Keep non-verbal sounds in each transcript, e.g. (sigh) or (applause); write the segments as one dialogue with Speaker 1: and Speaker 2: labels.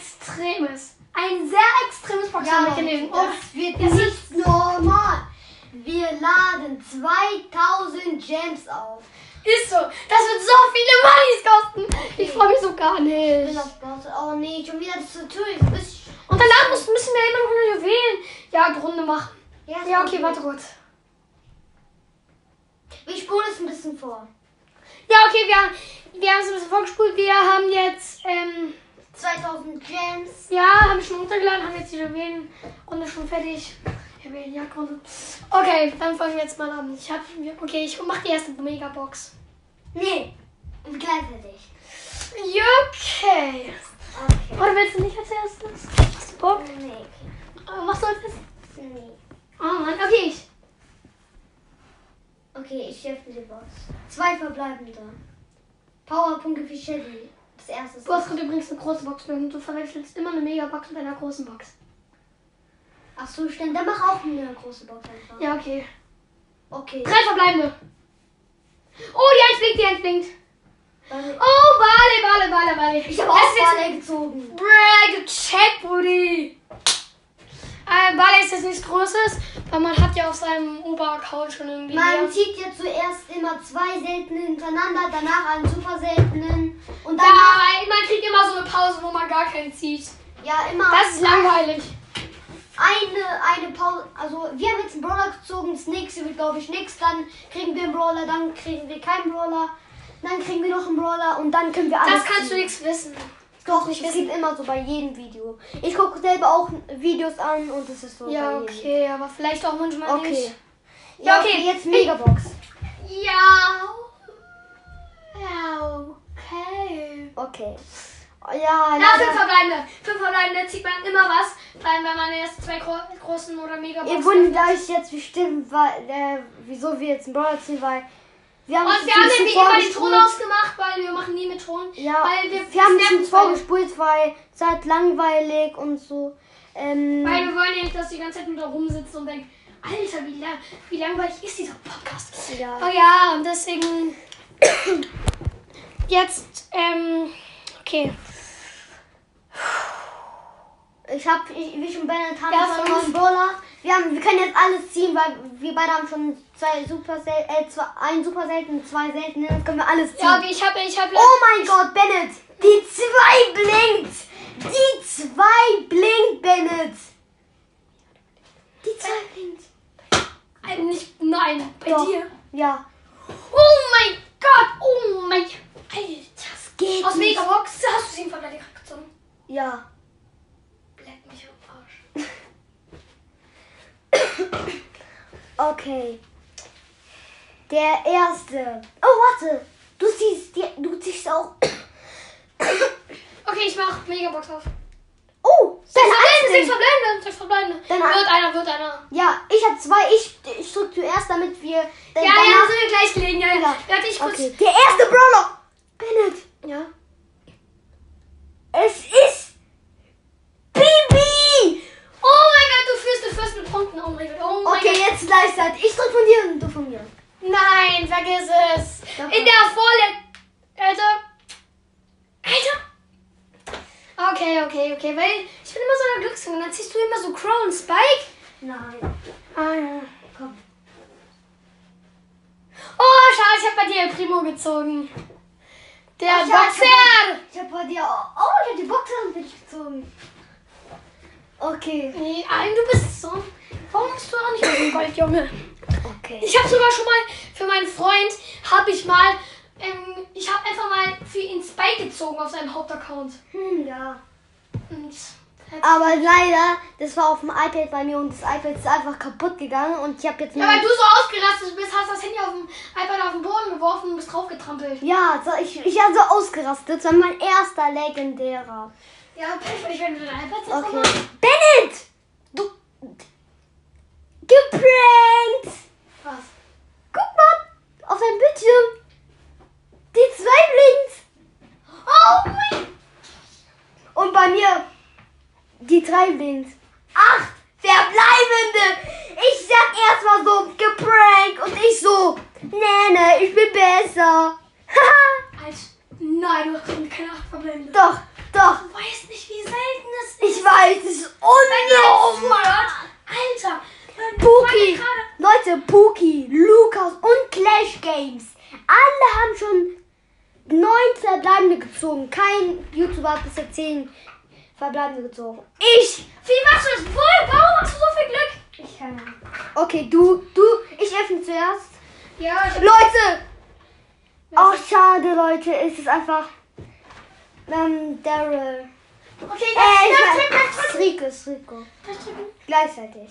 Speaker 1: extremes. Ein sehr extremes Oh, Proximity
Speaker 2: Ja, Leute,
Speaker 1: Training. Und
Speaker 2: das wird nicht normal. Wir laden 2000 Gems auf.
Speaker 1: ist so. Das wird so viele Moneys kosten. Ich freue mich so gar
Speaker 2: Ich
Speaker 1: nicht.
Speaker 2: bin auf Boss. Oh nee, schon wieder das Tutorial. Du bist.
Speaker 1: Und danach müssen, müssen wir immer noch eine Juwelenjagdrunde machen.
Speaker 2: Ja,
Speaker 1: Ja, okay, warte kurz.
Speaker 2: Wir spulen es ein bisschen vor.
Speaker 1: Ja, okay, wir haben, wir haben es ein bisschen vorgespult. Wir haben jetzt, ähm,
Speaker 2: 2000 Gems.
Speaker 1: ja, haben schon runtergeladen, haben jetzt die Juwelenrunde schon fertig. Juwelenjagdrunde. Okay, dann fangen wir jetzt mal an. Ich hab, okay, ich mach die erste Megabox.
Speaker 2: Nee, gleichzeitig.
Speaker 1: Ja, okay.
Speaker 2: Okay. Oh,
Speaker 1: Oder willst du nicht als erstes? Hast du Bock?
Speaker 2: Nee,
Speaker 1: Äh, Machst du als erstes?
Speaker 2: okay. Nee.
Speaker 1: Oh Mann, okay, ich.
Speaker 2: Okay, ich öffne die Box. Zwei verbleibende. Powerpunkte für Shelly. Das erste ist.
Speaker 1: Du hast gerade übrigens eine große Box und du verwechselst immer eine Megabox mit einer großen Box.
Speaker 2: Ach so, stimmt. Dann mach auch eine große Box einfach.
Speaker 1: Ja, okay.
Speaker 2: Okay.
Speaker 1: Drei verbleibende. Oh, die eins blinkt, die eins blinkt.
Speaker 2: Warte.
Speaker 1: Oh, Bale, Bale, Bale, Bale.
Speaker 2: Ich habe auch Bale gezogen.
Speaker 1: Brä, gecheckt, Buddy. Äh, Bale ist jetzt nichts Großes, weil man hat ja auf seinem Ober-Account schon irgendwie...
Speaker 2: Man
Speaker 1: mehr.
Speaker 2: zieht ja zuerst immer zwei seltenen hintereinander, danach einen super seltenen und
Speaker 1: Ja,
Speaker 2: danach
Speaker 1: aber man kriegt immer so eine Pause, wo man gar keinen zieht.
Speaker 2: ja, immer
Speaker 1: Das ist langweilig.
Speaker 2: eine, eine Pause. Also wir haben jetzt einen Brawler gezogen, das nächste wird glaube ich nichts, dann kriegen wir einen Brawler, dann kriegen wir keinen Brawler, dann kriegen wir noch einen Brawler und dann können wir alles
Speaker 1: Das kannst du
Speaker 2: ziehen.
Speaker 1: nichts wissen.
Speaker 2: Doch, ich es gibt immer so bei jedem Video. Ich gucke selber auch Videos an und es ist so
Speaker 1: Ja,
Speaker 2: bei jedem.
Speaker 1: okay, aber vielleicht auch manchmal
Speaker 2: Okay.
Speaker 1: nicht.
Speaker 2: Ja,
Speaker 1: Ja,
Speaker 2: okay.
Speaker 1: okay.
Speaker 2: jetzt Megabox.
Speaker 1: Ja. Ja, okay.
Speaker 2: Okay. Oh,
Speaker 1: Na,
Speaker 2: Ja, leider-
Speaker 1: fünf verbleibende. Fünf verbleibende zieht man immer was, vor allem wenn man erst zwei gro großen oder mega
Speaker 2: Ihr wundert euch jetzt bestimmt, weil, äh, wieso wir jetzt einen Brawler ziehen, weil wir haben
Speaker 1: Und
Speaker 2: uns
Speaker 1: wir
Speaker 2: ein
Speaker 1: haben
Speaker 2: bisschen
Speaker 1: irgendwie immer die
Speaker 2: vorgespult.
Speaker 1: Ton ausgemacht, weil wir machen nie mit Ton.
Speaker 2: Ja,
Speaker 1: weil wir,
Speaker 2: wir haben ein bisschen
Speaker 1: snappen, weil,
Speaker 2: vorgespult, weil es halt langweilig und so. Ähm,
Speaker 1: weil wir wollen ja nicht, dass die ganze Zeit nur da rumsitzt und denkt, Alter, wie, lang, wie langweilig ist dieser Podcast?
Speaker 2: Ja.
Speaker 1: Oh ja, und deswegen (coughs) jetzt, ähm, okay.
Speaker 2: ich hab, ich, wie schon Bennett haben
Speaker 1: Ja,
Speaker 2: schon
Speaker 1: von
Speaker 2: noch
Speaker 1: uns.
Speaker 2: einen Brawler. Wir, haben, wir können jetzt alles ziehen, weil wir beide haben schon zwei super sel äh, zwei, ein super selten, zwei seltene, dann können wir alles ziehen.
Speaker 1: Ja, okay, ich habe, ich habe.
Speaker 2: Oh mein Gott, Bennett! Die zwei blinkt! Die zwei blinkt, Bennett! Die zwei blinkt.
Speaker 1: Äh, Nicht, nein, bei
Speaker 2: Doch.
Speaker 1: dir.
Speaker 2: Ja.
Speaker 1: Oh mein Gott, oh mein. Alter.
Speaker 2: Das geht
Speaker 1: Aus
Speaker 2: nicht.
Speaker 1: Megabox hast du sie von der direkt gezogen.
Speaker 2: Ja. (coughs)
Speaker 1: Bleib mich am Arsch.
Speaker 2: Okay. Der erste. Oh, warte. Du ziehst, die, du ziehst auch. (coughs)
Speaker 1: Okay, ich mach Megabox auf.
Speaker 2: Oh,
Speaker 1: Sechs
Speaker 2: deine
Speaker 1: verbleibende, sechs
Speaker 2: Eins blinkt.
Speaker 1: verbleibende, sechs verbleibende.
Speaker 2: Deine
Speaker 1: Wird einer, wird einer.
Speaker 2: Ja, ich hab zwei. Ich, ich drück zuerst, damit wir.
Speaker 1: Ja,
Speaker 2: dann
Speaker 1: ja,
Speaker 2: danach-
Speaker 1: dann sind wir gleich gelegen. Ja, ja. Warte, ich kurz.
Speaker 2: Okay. Der erste Brawler. Bennett.
Speaker 1: Ja.
Speaker 2: Es ist. Bibi!
Speaker 1: Oh mein Gott, du führst, du führst mit Punkten. Oh mein Gott, oh mein
Speaker 2: Okay,
Speaker 1: Gott.
Speaker 2: jetzt gleichzeitig. Ich drück von dir und du von mir.
Speaker 1: Nein, vergiss es.
Speaker 2: Davon.
Speaker 1: In der vorletzten. Alter. Alter. Okay, okay, okay. Weil ich bin immer so in der Glücksringe. Dann ziehst du immer so Crow und Spike.
Speaker 2: Nein.
Speaker 1: Ah ja.
Speaker 2: Komm.
Speaker 1: Oh, schade, ich habe bei dir El Primo gezogen. Der
Speaker 2: Ach, ja,
Speaker 1: Boxer!
Speaker 2: Ich hab bei dir. Oh, oh ich hab die Boxerin für dich gezogen. Okay.
Speaker 1: Nee, Alter, du bist so. Warum bist du auch
Speaker 2: (coughs)
Speaker 1: nicht mit dem Gold, Junge?
Speaker 2: Okay.
Speaker 1: Ich habe sogar schon mal für meinen Freund, habe ich mal, ähm, ich habe einfach mal für ihn Spike gezogen auf seinem Hauptaccount.
Speaker 2: Hm, ja.
Speaker 1: Und
Speaker 2: Aber leider, das war auf dem iPad bei mir und das iPad ist einfach kaputt gegangen und ich habe jetzt
Speaker 1: ja, weil
Speaker 2: mein-
Speaker 1: du so ausgerastet bist, hast das Handy auf dem iPad auf den Boden geworfen und bist draufgetrampelt.
Speaker 2: ja, so, ich, ich war so ausgerastet. Das war mein erster legendärer.
Speaker 1: Ja, perfekt, wenn du dein iPad jetzt
Speaker 2: Okay.
Speaker 1: nochmal-
Speaker 2: Bennett! Du. Geprankt!
Speaker 1: Was?
Speaker 2: Guck mal! Auf deinem Bildschirm! Die zwei blinkt!
Speaker 1: Oh mein
Speaker 2: Und bei mir die drei blinkt. Acht verbleibende! Ich sag erstmal so geprankt und ich so, nee, nee, ich bin besser. (laughs) Haha!
Speaker 1: Als, nein, du hast keine acht Verbände.
Speaker 2: doch, doch.
Speaker 1: Du weißt nicht, wie selten es
Speaker 2: Leute, Puki, Lukas und Clash Games. Alle haben schon neun Verbleibende gezogen. Kein YouTuber hat bisher zehn Verbleibende gezogen.
Speaker 1: Ich! Wie machst du das wohl? Warum hast du so viel Glück?
Speaker 2: Ich kann. Okay, du, du, ich öffne zuerst.
Speaker 1: Ja, ich
Speaker 2: Leute! Oh, schade, Leute. Es ist einfach. Ähm, Daryl.
Speaker 1: Okay,
Speaker 2: Äh, ich
Speaker 1: ganz schnell,
Speaker 2: mein,
Speaker 1: ganz schnell,
Speaker 2: es ist Rico, es ist Rico.
Speaker 1: ganz schnell.
Speaker 2: Gleichzeitig.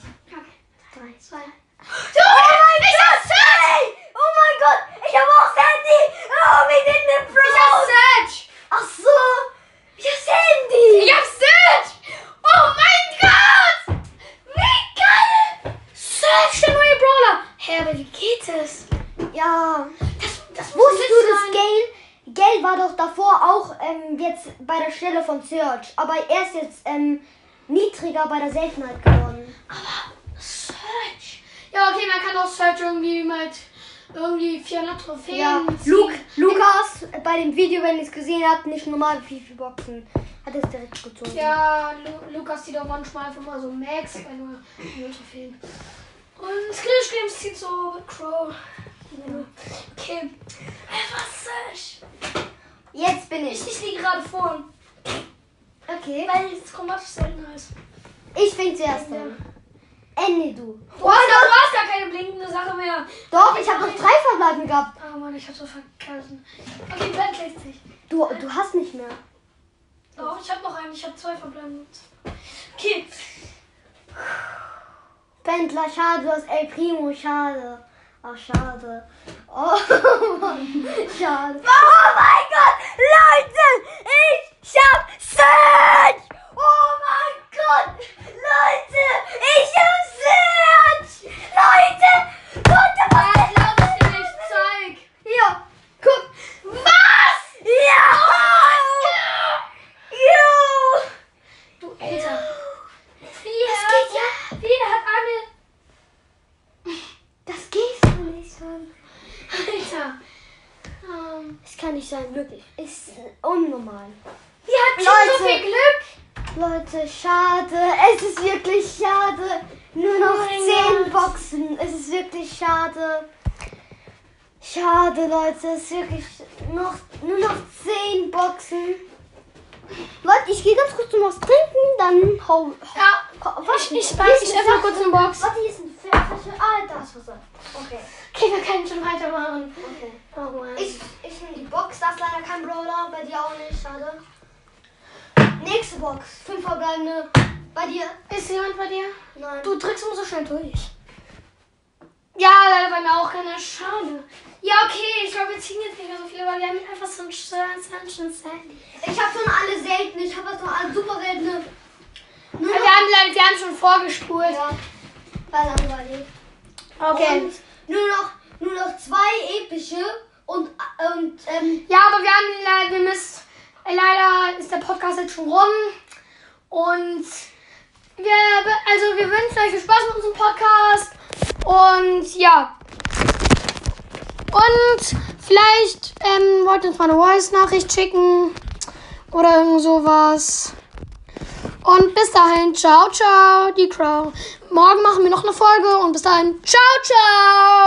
Speaker 1: Drei, zwei.
Speaker 2: Oh mein Gott! Hey! Oh mein Gott! Ich habe auch Sandy! Oh, wir sind eine Bro!
Speaker 1: Ich hab Search!
Speaker 2: Ach so! Ich hab Sandy!
Speaker 1: Ich hab Search! Oh mein Gott! Wie geil! Search, der neue Brawler! Hä, aber wie geht es?
Speaker 2: Ja.
Speaker 1: Das, das muss
Speaker 2: Wusstest du,
Speaker 1: jetzt
Speaker 2: dass
Speaker 1: sein.
Speaker 2: Gale, Gale war doch davor auch ähm, jetzt bei der Stelle von Search, aber er ist jetzt ähm, niedriger bei der Seltenheit geworden.
Speaker 1: Aber Search. Ja, okay, man kann auch Search irgendwie mit irgendwie 400 Trophäen.
Speaker 2: Ja,
Speaker 1: ziehen.
Speaker 2: Luke, Lukas, äh, bei dem Video, wenn ihr es gesehen habt, nicht normal wie viele Boxen, hat es direkt gezogen.
Speaker 1: Ja, Lu Lukas zieht auch manchmal einfach mal so Max bei nur 0 Trophäen. Und Skittish Games zieht so Crow. Okay. Einfach Search.
Speaker 2: Jetzt bin
Speaker 1: Ich,
Speaker 2: ich.
Speaker 1: ich liege gerade vorn,
Speaker 2: Okay.
Speaker 1: weil es chromatisch selten ist.
Speaker 2: Ich fing zuerst an. Äh, nee, du.
Speaker 1: Boah, du hast gar keine blinkende Sache mehr.
Speaker 2: Doch, ich habe noch drei Verbleiben gehabt.
Speaker 1: Oh Mann, ich hab so vergessen. Okay, Ben lässt sich.
Speaker 2: Du, du hast nicht mehr.
Speaker 1: Doch, ich hab noch einen, ich hab zwei verbleibende. Okay.
Speaker 2: Pendler, schade, du hast El Primo, schade. Ach, schade. Oh, (laughs) Mann, schade. Oh mein Gott, Leute, ich hab Search! Oh mein Gott, Leute, ich hab Search! Leute, Leute,
Speaker 1: Ah, ich glaub es dir nicht. Zeig.
Speaker 2: Ja, guck. Was? Ja! Jo!
Speaker 1: Du Alter. Wie
Speaker 2: geht
Speaker 1: hat, wie hat Anne
Speaker 2: Das gehst du nicht sagen.
Speaker 1: Alter. Ähm,
Speaker 2: Das kann nicht sein, wirklich. Ist unnormal.
Speaker 1: die hat schon so
Speaker 2: Leute.
Speaker 1: viel Glück.
Speaker 2: Leute, schade. Es ist wirklich schade. Nur noch
Speaker 1: mein
Speaker 2: zehn
Speaker 1: Gott.
Speaker 2: Boxen. Es ist wirklich schade. Schade, Leute. Es ist wirklich noch, nur noch zehn Boxen. Leute, ich gehe ganz kurz noch was trinken, dann hau.
Speaker 1: Ja,
Speaker 2: hau
Speaker 1: ich, ich, ich, ich öffne kurz eine Box.
Speaker 2: Warte, hier ist ein Flasche. Ah, da ist Wasser. Okay,
Speaker 1: Okay, wir können schon weitermachen.
Speaker 2: okay.
Speaker 1: Oh Mann.
Speaker 2: Ich, ich nehme die Box, da ist leider kein Brawler, bei dir auch nicht, schade. Nächste Box, fünf verbleibende. Bei dir?
Speaker 1: ist jemand bei dir?
Speaker 2: Nein.
Speaker 1: Du drückst immer so schnell durch. Ja, leider bei mir auch keine Schade. Ja, okay, ich glaube, wir ziehen jetzt nicht mehr so viele, weil wir haben einfach so ein Sunshine Sandy.
Speaker 2: Ich habe schon alle selten, ich habe jetzt noch alle super seltene. Nur
Speaker 1: Wir haben, leider- wir haben schon vorgespult.
Speaker 2: ja, war langweilig.
Speaker 1: Okay.
Speaker 2: Und nur noch, nur noch zwei epische und, und ähm,
Speaker 1: Ja, aber wir haben leider, wir müssen, äh, leider ist der Podcast jetzt schon rum. Und wir, be- also wir wünschen euch viel Spaß mit unserem Podcast. Und ja. Und vielleicht ähm, wollt ihr uns mal eine Voice-Nachricht schicken. Oder irgend sowas. Und bis dahin, ciao, ciao, die Crow. Morgen machen wir noch eine Folge und bis dahin, ciao, ciao.